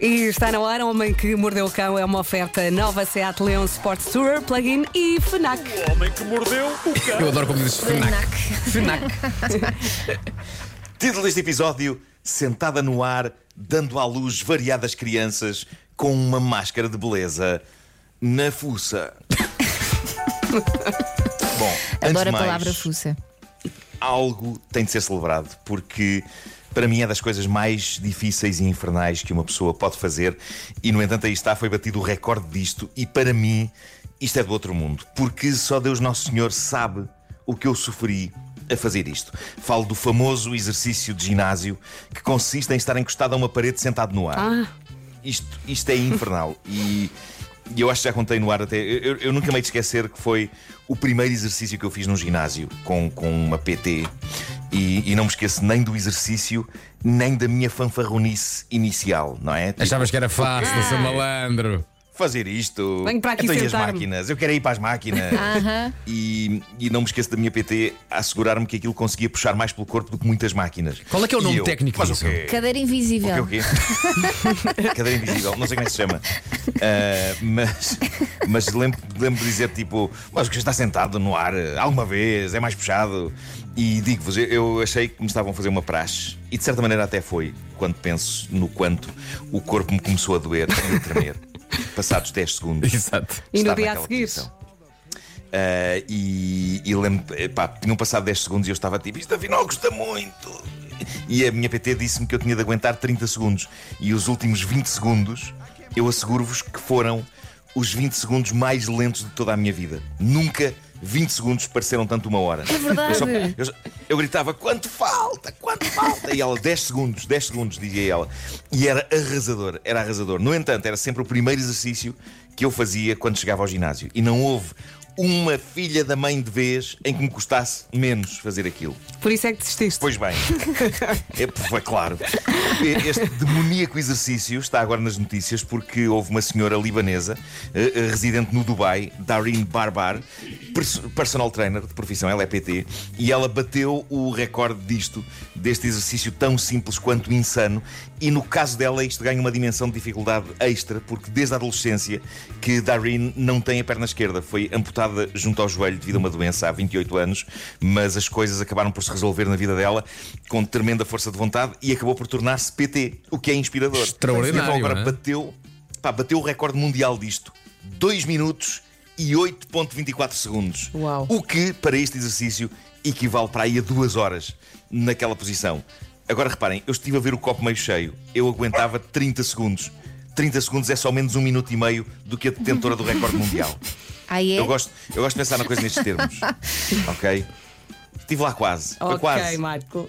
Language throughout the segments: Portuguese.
E está na hora, um Homem que Mordeu o Cão é uma oferta nova Seat Leon Sports Tourer, plug-in e FNAC. O homem que mordeu o cão. Eu adoro como dizes FNAC. FNAC. Título deste episódio: Sentada no ar, dando à luz variadas crianças com uma máscara de beleza na fuça. Bom, antes Adoro de a mais, palavra fuça. algo tem de ser celebrado, porque para mim é das coisas mais difíceis e infernais que uma pessoa pode fazer, e no entanto aí está, foi batido o recorde disto, e para mim isto é do outro mundo, porque só Deus Nosso Senhor sabe o que eu sofri. A fazer isto. Falo do famoso exercício de ginásio que consiste em estar encostado a uma parede sentado no ar Ah, isto, isto é infernal. E, e eu acho que já contei no ar até. Eu, eu nunca me hei de esquecer que foi o primeiro exercício que eu fiz num ginásio com, com uma PT. E, e não me esqueço nem do exercício, nem da minha fanfarronice inicial, não é? Tipo, Achavas que era fácil, seu malandro. fazer isto. Venho para aqui então, e as sentar-me. máquinas, eu quero ir para as máquinas. e, e não me esqueço da minha PT a assegurar-me que aquilo conseguia puxar mais pelo corpo do que muitas máquinas. Qual é que é o E nome eu, técnico mas o disso? quê? eh, Cadeira invisível. O quê, o quê? Cadeira invisível, não sei como é que se chama. Ah, mas mas lembro, lembro de dizer tipo, mas o que está sentado no ar eh, alguma vez, é mais puxado. E digo-vos, eu, eu achei que me estavam a fazer uma praxe, e de certa maneira até foi, quando penso no quanto o corpo me começou a doer e a tremer, passados 10 segundos. Exato. e no Estar dia a naquela seguir. posição. Ah, e, e lembro, epá, tinham passado 10 segundos e eu estava tipo, isto afinal custa muito. E a minha PT disse-me que eu tinha de aguentar 30 segundos. E os últimos 20 segundos, eu asseguro-vos que foram os 20 segundos mais lentos de toda a minha vida. Nunca 20 segundos pareceram tanto uma hora. É Eu, só- verdade. eu só- eu gritava quanto falta, quanto falta. E ela, 10 segundos, 10 segundos, dizia ela. E era arrasador, era arrasador. No entanto, era sempre o primeiro exercício que eu fazia quando chegava ao ginásio. E não houve uma filha da mãe de vez em que me custasse menos fazer aquilo. Por isso é que desististe. Pois bem, é, foi claro. É, Este demoníaco exercício está agora nas notícias porque houve uma senhora libanesa, eh, eh, residente no Dubai, Darin Barbar, pers- personal trainer de profissão, ela é PT, e ela bateu o recorde disto, deste exercício tão simples quanto insano. E no caso dela, isto ganha uma dimensão de dificuldade extra, porque desde a adolescência que Darin não tem a perna esquerda. Foi amputada junto ao joelho devido a uma doença há 28 anos, mas as coisas acabaram por se resolver na vida dela com tremenda força de vontade e acabou por tornar-se PT, o que é inspirador. Extraordinário, E então agora não é? bateu, pá, bateu o recorde mundial disto. 2 minutos e 8.24 segundos. Uau. O que, para este exercício, equivale para aí a duas horas naquela posição. Agora reparem, eu estive a ver o copo meio cheio. Eu aguentava 30 segundos. 30 segundos é só menos um minuto e meio do que a detentora do recorde mundial. Aí é. Eu gosto, eu gosto de pensar na coisa nestes termos. Ok? Estive lá quase. Foi Ok, quase. Marco.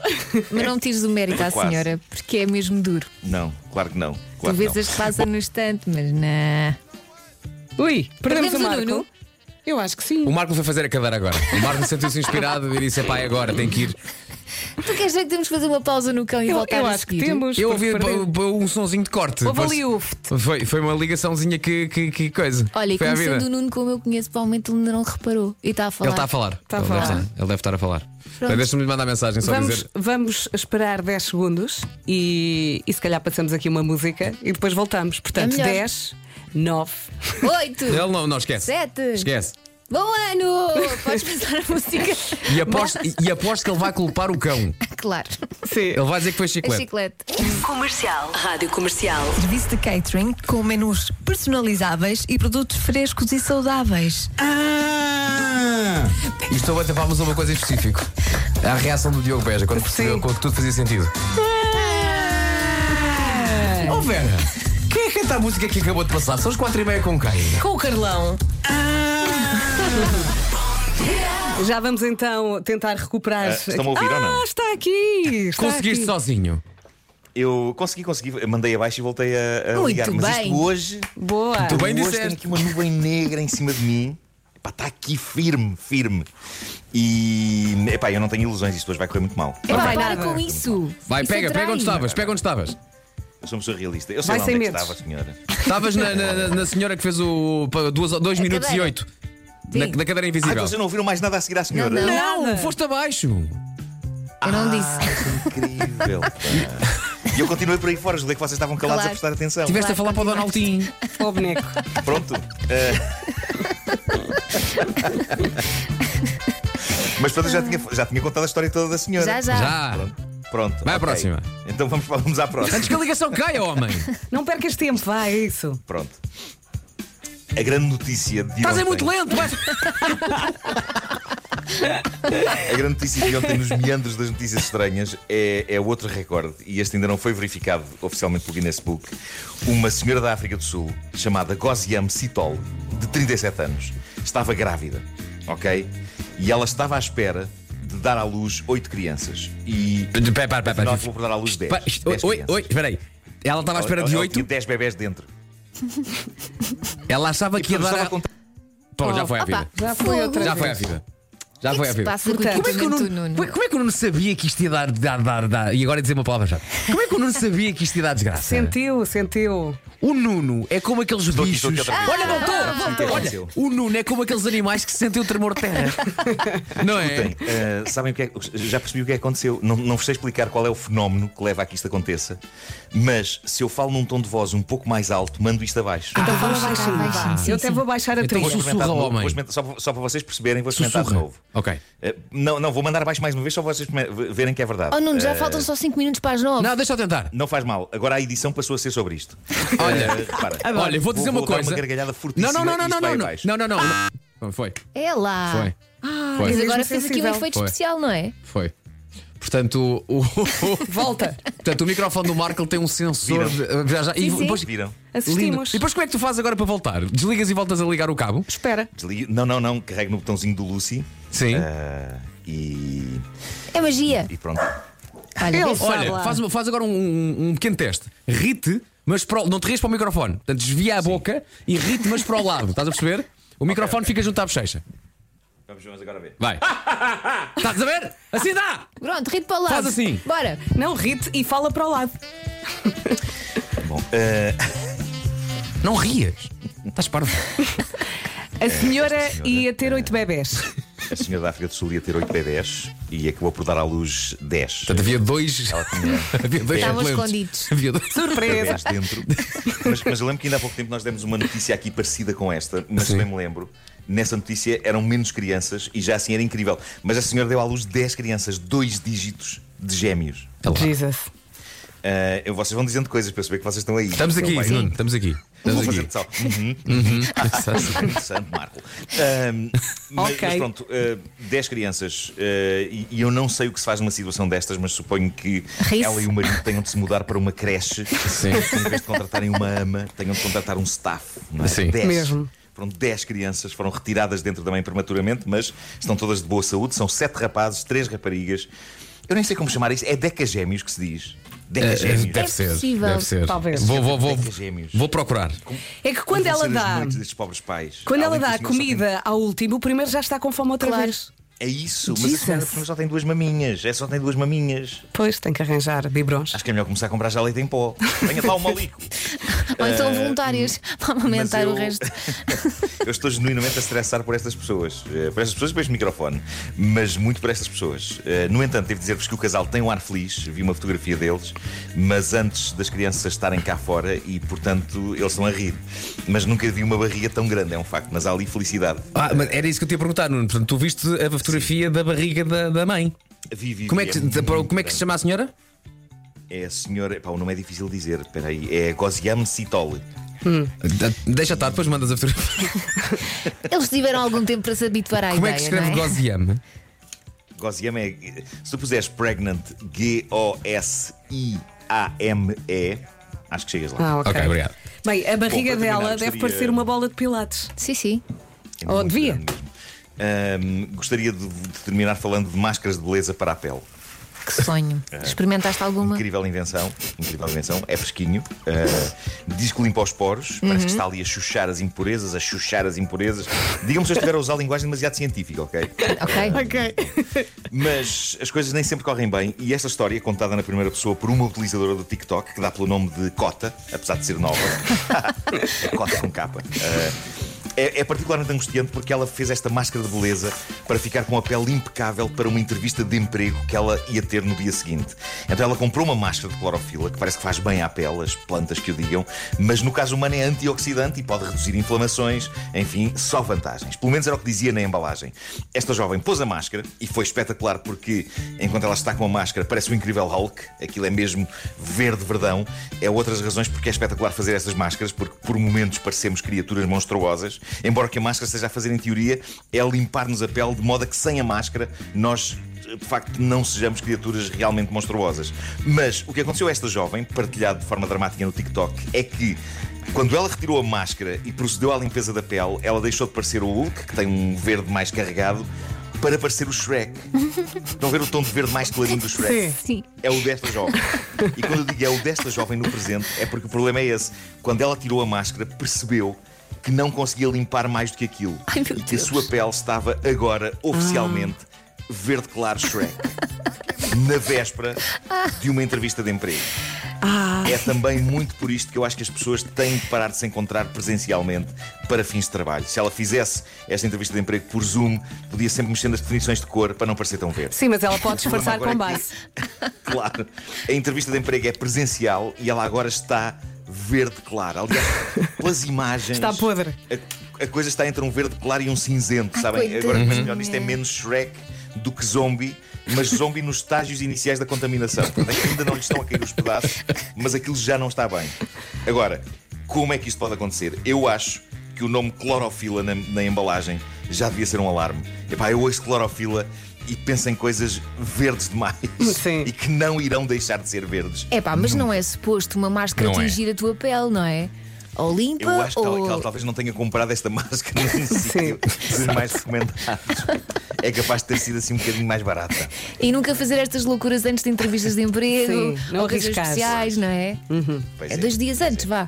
Mas não tires o mérito à Quase. senhora, porque é mesmo duro. Não, claro que não. Tu Claro que vês não. as que passa no estante, mas não. Ui, perdemos, Perdemos o o Marco. Nuno? Eu acho que sim. O Marco foi fazer a cadeira agora. O Marco sentiu-se inspirado e disse: pai, agora tem que ir. Tu queres ver que temos que fazer uma pausa no cão e Eu, voltar eu a acho que seguir? temos. Eu porque ouvi perdemos. b- um sonzinho de corte. Houve ali Foi- o ft- Foi, foi uma ligaçãozinha que, que, que coisa. Olha, e foi à vida. começando o Nuno, como eu conheço, provavelmente ele ainda não reparou. E está a falar. Ele está a falar. Está a ele, falar. Deve estar, ele deve estar a falar. Pronto. Deixa-me lhe mandar mensagem só Vamos, dizer. vamos esperar 10 segundos e, e se calhar passamos aqui uma música e depois voltamos. Portanto, É melhor. 10, 9. Oito! Ele não, não esquece. Sete! Esquece. Bom ano! Podes pensar a música. E aposto, e- e aposto que ele vai culpar o cão. Claro. Sim. Ele vai dizer que foi A chiclete. chiclete. Comercial. Rádio Comercial. Serviço de catering com menus personalizáveis e produtos frescos e saudáveis. Ah! E estou a taparmos uma coisa em específico. A reação do Diogo Beja quando percebeu que tudo fazia sentido. Ah! Ó Vera, quem é que canta a música que acabou de passar? São as quatro e meia com quem? Com o Carlão. Já vamos então tentar recuperar. Ah, estão-me a ouvir ah, ou não? está aqui! Está Conseguiste aqui. sozinho. Eu consegui, consegui. Mandei abaixo e voltei a, a Muito ligar. Mas bem. isto hoje. Boa! Tu bem hoje disseste. tenho aqui uma nuvem negra em cima de mim. Epá, está aqui firme, firme. E. Epá, eu não tenho ilusões, isto hoje vai correr muito mal. Epá, vai para nada. com isso. Vai, Isso é pega, atrai. pega onde estavas, pega onde estavas. Eu sou uma pessoa realista. Eu sei Vai lá sem onde é que medos. estava, senhora. Estavas na, na- na- na senhora que fez o. pa- duas, dois minutos cadeira. e oito. Na, Sim. na cadeira Ah, invisível. então vocês não ouviram mais nada a seguir à senhora? Ah, Não, não. Não, foste abaixo. Ah, Eu não disse. Incrível. é pá. E eu continuei por aí fora, julguei que vocês estavam calados Claro. a prestar atenção. Tiveste a Claro, falar para o Donaldinho. Ó, boneco. Pronto. Eh, Mas pronto, eu já tinha, já tinha contado a história toda da senhora. Já, já. Já. Pronto. Vai à ok. próxima. Então vamos, vamos à próxima. Antes que a ligação caia, homem. Não percas tempo, vai, é isso. Pronto. A grande notícia de Estás ontem. aí muito lento. Mas... A grande notícia de ontem nos meandros das notícias estranhas é, é outro recorde, e este ainda não foi verificado oficialmente pelo Guinness Book. Uma senhora da África do Sul, chamada Goziam Sitol, de 37 anos, estava grávida, ok? E ela estava à espera de dar à luz oito crianças. E Pera, pera, pera. nós vou dar à luz 10. Pa- isto- Oi, oi, oi, espera aí. Ela estava à espera de 8, 10 bebés dentro. ela achava que ia Estava dar. a a- contar- Bom, já foi à Opa, vida. Já foi fogo. outra Já foi à vida. Já O que foi é à que se vida. passa com o Portanto, Como é, que o equipamento, Nuno, Nuno? como é- como é que o Nuno sabia que isto ia dar, dar, dar, dar? E agora ia dizer uma palavra já. Como é que o Nuno sabia que isto ia dar desgraça? Sentiu, sentiu. Então O Nuno é como aqueles aqui, bichos. estou aqui outra vez. Olha, Ah, voltou! o que voltou. Olha, aconteceu? o Nuno é como aqueles animais que sentem o tremor de terra. Não é? Bem, eh, sabem o que é, já percebi o que é que aconteceu. Não, não vos sei explicar qual é o fenómeno que leva a que isto aconteça, mas se eu falo num tom de voz um pouco mais alto, mando isto abaixo. Então fala baixinho. baixinho, vá. sim, Eu até sim. vou baixar a Ah, Então trilha. Vou experimentar Sussurra, de novo, homem. vou experimentar- só, para- só para vocês perceberem, vou experimentar Sussurra. de novo. Ok. Eh, não, não, vou mandar abaixo mais uma vez, só para vocês prime- verem que é verdade. Oh Nuno, já Eh, faltam só 5 minutos para as 9. Não, deixa eu tentar. Não faz mal, agora a edição passou a ser sobre isto. Olha, Ah, Eh, repara, olha, vou dizer uma dar coisa. uma gargalhada fortíssima Não, não, não, e não, isto não, vai não, abaixo. não, não, não, não. Foi, É lá. foi. Mas Foi, agora É Mesmo fez aqui um sensível. efeito Foi. especial, não é? foi. Portanto, o. Volta. Portanto, o microfone do Marco ele tem um sensor. de- Já, já, e sim. depois, Viram? lindo. Assistimos. E depois como é que tu fazes agora para voltar? Desligas e voltas a ligar o cabo? Espera. Desligue- Não, não, não, carrego no botãozinho do Lucy Sim. eh, e, É magia. e pronto. Olha, Ele vê se sabe sabe Olha, lá. faz, uma- faz agora um, um- um pequeno teste. Rite, mas para o- não te rias para o microfone. Portanto, desvia a boca e rite, mas para o lado. Estás a perceber? O microfone fica junto à bochecha. Vamos, vamos agora ver. Vai. Estás a ver? Assim dá! Pronto, rito para o lado. Faz assim. Bora. Não, rite e fala para o lado. Bom, eh, Não rias. Estás parvo. A senhora É, senhora, ia ter oito bebés. a senhora da África do Sul ia ter 8 bebés e acabou por dar à luz 10. Portanto, havia dois. Ela tinha Havia dois Estavam suplentes. escondidos. Havia dois. Surpresa. bebés dentro. Mas, mas eu lembro que ainda há pouco tempo nós demos uma notícia aqui parecida com esta, mas Sim. bem me lembro. Nessa notícia eram menos crianças e já assim era incrível. Mas a senhora deu à luz 10 crianças, dois dígitos de gêmeos. Tá Jesus. Eh, eu- vocês vão dizendo coisas para eu saber que vocês estão aí. Estamos Então, aqui, vai. Nuno. Estamos aqui. Vou Estamos fazer aqui. de sal. Uhum. Interessante, Marco. Ahm, mas, Ok. mas pronto, ah, 10 crianças. ah, e, e eu não sei o que se faz numa situação destas, mas suponho que Rice. ela e o marido tenham de se mudar para uma creche. Sim. Em vez de contratarem uma ama, tenham de contratar um staff. Não é? Sim. Dez. Mesmo. Foram 10 crianças, foram retiradas dentro da mãe prematuramente, mas estão todas de boa saúde. São sete rapazes, três raparigas. Eu nem sei como chamar isto. É decagémios que se diz. Decagémios. É, Deve ser. É possível. Deve ser. Talvez. Vou, vou, vou, Deve ser gêmeos. vou procurar. É que quando ela dá. destes pobres pais. Quando ela Além que dá a senhora só tem comida ao último, o primeiro já está com fome outra Claro. vez. É isso, mas a Jesus. senhora por exemplo, só tem duas maminhas. É só tem duas maminhas. Pois, tem que arranjar biberons. Acho que é melhor começar a comprar já leite em pó. Venha lá o malico. Ou então voluntárias para amamentar Mas eu- o resto. eu estou genuinamente a estressar por estas pessoas. Eh, Por estas pessoas, por este microfone. Mas muito por estas pessoas. Eh, No entanto, devo dizer-vos que o casal tem um ar feliz. Vi uma fotografia deles. Mas antes das crianças estarem cá fora e, portanto, eles estão a rir. Mas nunca vi uma barriga tão grande, é um facto. Mas há ali felicidade. Ah, mas era isso que eu te ia perguntar, Nuno. Portanto, tu viste a fotografia da barriga da, da mãe. Vi, vi, Como é, vi, que, muito como é que se chama a senhora? É a senhora. Pá, o nome é difícil de dizer. Espera aí. É Gosiam Sitoli. De- Deixa estar, depois mandas a fotografia. Eles tiveram algum tempo para se habituar à Como é ideia, que se escreve não é? Goziam? Gosiam é. Se tu puseres pregnant, G-O-S-I-A-M-E, acho que chegas lá. Ah, ok. Ok, obrigado. Bem, a barriga Bom, para terminar, dela deve gostaria- parecer uma bola de pilates. Sim, sim. É ou muito oh, devia. grande mesmo. Ahm, gostaria de, de terminar falando de máscaras de beleza para a pele. Que sonho. Experimentaste alguma? Incrível invenção, incrível invenção, é fresquinho. Ah, diz que limpa os poros, parece Uhum. que está ali a chuchar as impurezas, a chuchar as impurezas. Digam-me se eu estiver a usar linguagem demasiado científica, ok? Ok. Ok. Mas as coisas nem sempre correm bem e esta história, é contada na primeira pessoa por uma utilizadora do TikTok, que dá pelo nome de Cota, apesar de ser nova, Cota com capa, eh, É, é particularmente angustiante porque ela fez esta máscara de beleza para ficar com a pele impecável para uma entrevista de emprego que ela ia ter no dia seguinte. Então ela comprou uma máscara de clorofila que parece que faz bem à pele, as plantas que o digam, mas no caso humano é antioxidante e pode reduzir inflamações, enfim, só vantagens. Pelo menos era o que dizia na embalagem. Esta jovem pôs a máscara e foi espetacular porque enquanto ela está com a máscara parece um incrível Hulk, aquilo é mesmo verde verdão. É outras razões porque é espetacular fazer estas máscaras, porque por momentos parecemos criaturas monstruosas, embora o que a máscara seja a fazer em teoria é limpar-nos a pele de modo a que sem a máscara nós de facto não sejamos criaturas realmente monstruosas. Mas o que aconteceu a esta jovem, partilhado de forma dramática no TikTok, é que quando ela retirou a máscara e procedeu à limpeza da pele, ela deixou de parecer o Hulk, que tem um verde mais carregado, para parecer o Shrek. Estão a ver o tom de verde mais clarinho do Shrek? Sim. É o desta jovem. E quando eu digo é o desta jovem no presente, é porque o problema é esse. Quando ela tirou a máscara, percebeu que não conseguia limpar mais do que aquilo. Ai, meu e que a Deus. sua pele estava agora, oficialmente, verde claro Shrek. Na véspera de uma entrevista de emprego. Ah, É também muito por isto que eu acho que as pessoas têm de parar de se encontrar presencialmente para fins de trabalho. Se ela fizesse esta entrevista de emprego por Zoom, podia sempre mexer nas definições de cor para não parecer tão verde. Sim, mas ela pode disfarçar Agora com é que- base. Claro. A entrevista de emprego é presencial e ela agora está verde claro. Aliás, pelas imagens. Está podre. A, a coisa está entre um verde claro e um cinzento, Ai, sabem? Agora que penso melhor coitadinha. nisto é menos Shrek do que zombie. Mas zombie nos estágios iniciais da contaminação. Portanto, é ainda não lhe estão a cair os pedaços, mas aquilo já não está bem. Agora, como é que isto pode acontecer? Eu acho que o nome clorofila na, na embalagem já devia ser um alarme. Epá, eu ouço clorofila e penso em coisas verdes demais Sim. e que não irão deixar de ser verdes. É pá, mas não é suposto uma máscara Não é. atingir a tua pele, não é? Ou limpa Eu acho que ela, ou. que ela talvez não tenha comprado esta máscara num sítio dos mais recomendados. É capaz de ter sido assim um bocadinho mais barata. E nunca fazer estas loucuras antes de entrevistas de emprego Sim, não ou coisas arriscar. especiais, não é? Pois É dois dias antes, vá.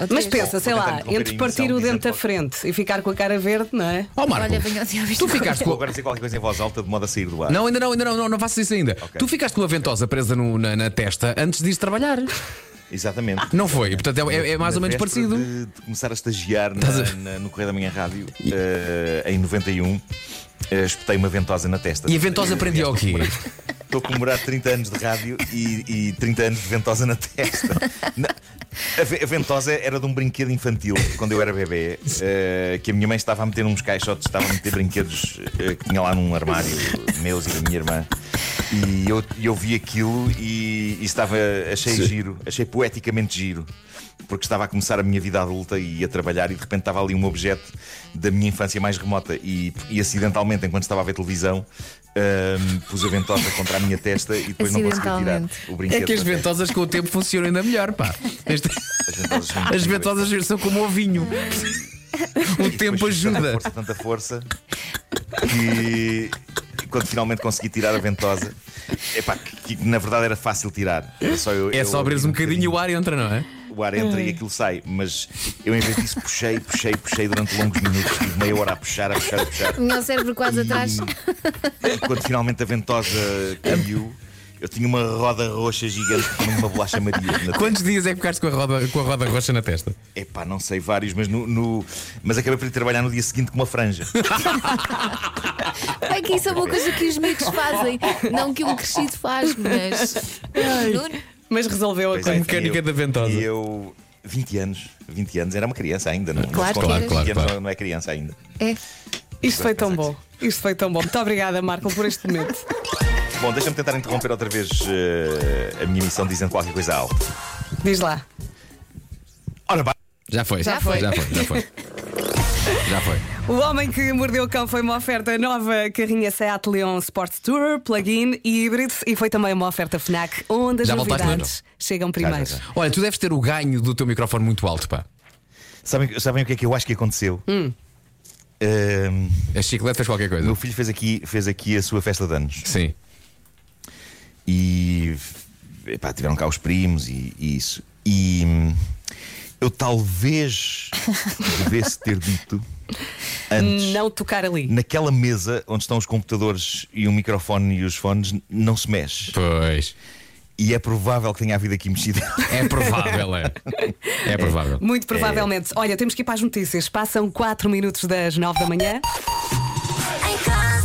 Ou Mas três. pensa, sei Vou lá, tentar me entre conferir partir o inicialmente dente da logo. frente e ficar com a cara verde, não é? Ó, Oh, Marco, Olha, venho assim a tu ficaste Vou com. agora dizer qualquer coisa em voz alta de modo a sair do ar. Não, ainda não, ainda não, não, não faças isso ainda. Ok. Tu ficaste com a ventosa presa no- na, na testa antes de ir trabalhar. Exatamente. Não foi? Portanto, é, é- é mais Na ou menos véspera parecido. De, de começar a estagiar na- Estás a- na- no Correio da Manhã Rádio, eh, em 91, eh, espetei uma ventosa na testa. E a ventosa Eh, prendeu o quê? Estou a comemorar 30 anos de rádio e, e 30 anos de ventosa na testa. Na- a ve- a ventosa era de um brinquedo infantil, quando eu era bebê, eh, que a minha mãe estava a meter uns caixotes, estava a meter brinquedos eh, que tinha lá num armário, meus e da minha irmã. E eu, e eu vi aquilo e, e estava, achei giro, achei poeticamente giro. Porque estava a começar a minha vida adulta e a trabalhar, e de repente estava ali um objeto da minha infância mais remota. E, e acidentalmente, enquanto estava a ver televisão, ahm, pus a ventosa contra a minha testa e depois não consegui tirar Acidentalmente. o É brinquedo. que as da testa. ventosas com o tempo funcionam ainda melhor, pá. Este- As ventosas são As incríveis. ventosas são como o vinho. O tempo Depois tive ajuda. Tanta força, tanta força que quando finalmente consegui tirar a ventosa, epá, que, que na verdade era fácil tirar. Era só eu, É eu só abrir um bocadinho e o ar entra, não é? o ar entra e aquilo sai. Mas eu em vez disso puxei, puxei, puxei durante longos minutos, tive meia hora a puxar, a puxar, a puxar. O meu cérebro quase atrás. E quando finalmente a ventosa caiu, eu tinha uma roda roxa gigante como uma bolacha Maria. na testa. Quantos dias é que ficaste com a roda, com a roda roxa na testa? Epá, não sei vários, mas no, no- mas acabei por ir trabalhar no dia seguinte com uma franja. É que isso é uma coisa que os miúdos fazem. Não que o crescido faz, mas. Nuno, Mas resolveu a Pois é, coisa. mecânica e eu- da ventosa. E eu, 20 anos, 20 anos, era uma criança ainda, não Claro que não se eras. considera 20 Claro, anos, claro. Não é criança ainda. é. Isto foi é. tão bom. Isto foi tão bom. Muito obrigada, Marco, por este momento. Bom, deixa-me tentar interromper outra vez eh, a minha missão dizendo qualquer coisa alta. Diz lá. Ora, bem. Já foi. Já foi. Já foi. Já foi. Já foi. O Homem que Mordeu o Cão foi uma oferta nova carrinha Seat Leon Sport Tour, plug-in e híbrido e foi também uma oferta FNAC, onde as Já voltaste, novidades chegam primeiro. Já, já, já. Olha, tu deves ter o ganho do teu microfone muito alto, pá. Sabem, sabem o que é que eu acho que aconteceu? Ehm, A chiclete fez qualquer coisa. meu filho fez aqui, fez aqui a sua festa de anos Sim. e epá, tiveram cá os primos e, e isso. E hum, eu talvez devesse ter dito antes. Não tocar ali. Naquela mesa onde estão os computadores e o microfone e os fones, não se mexe. Pois. E é provável que tenha havido aqui mexida. É provável, é. É provável. Muito É. provavelmente. Olha, temos que ir para as notícias. Passam 4 minutos das 9 da manhã. Em casa.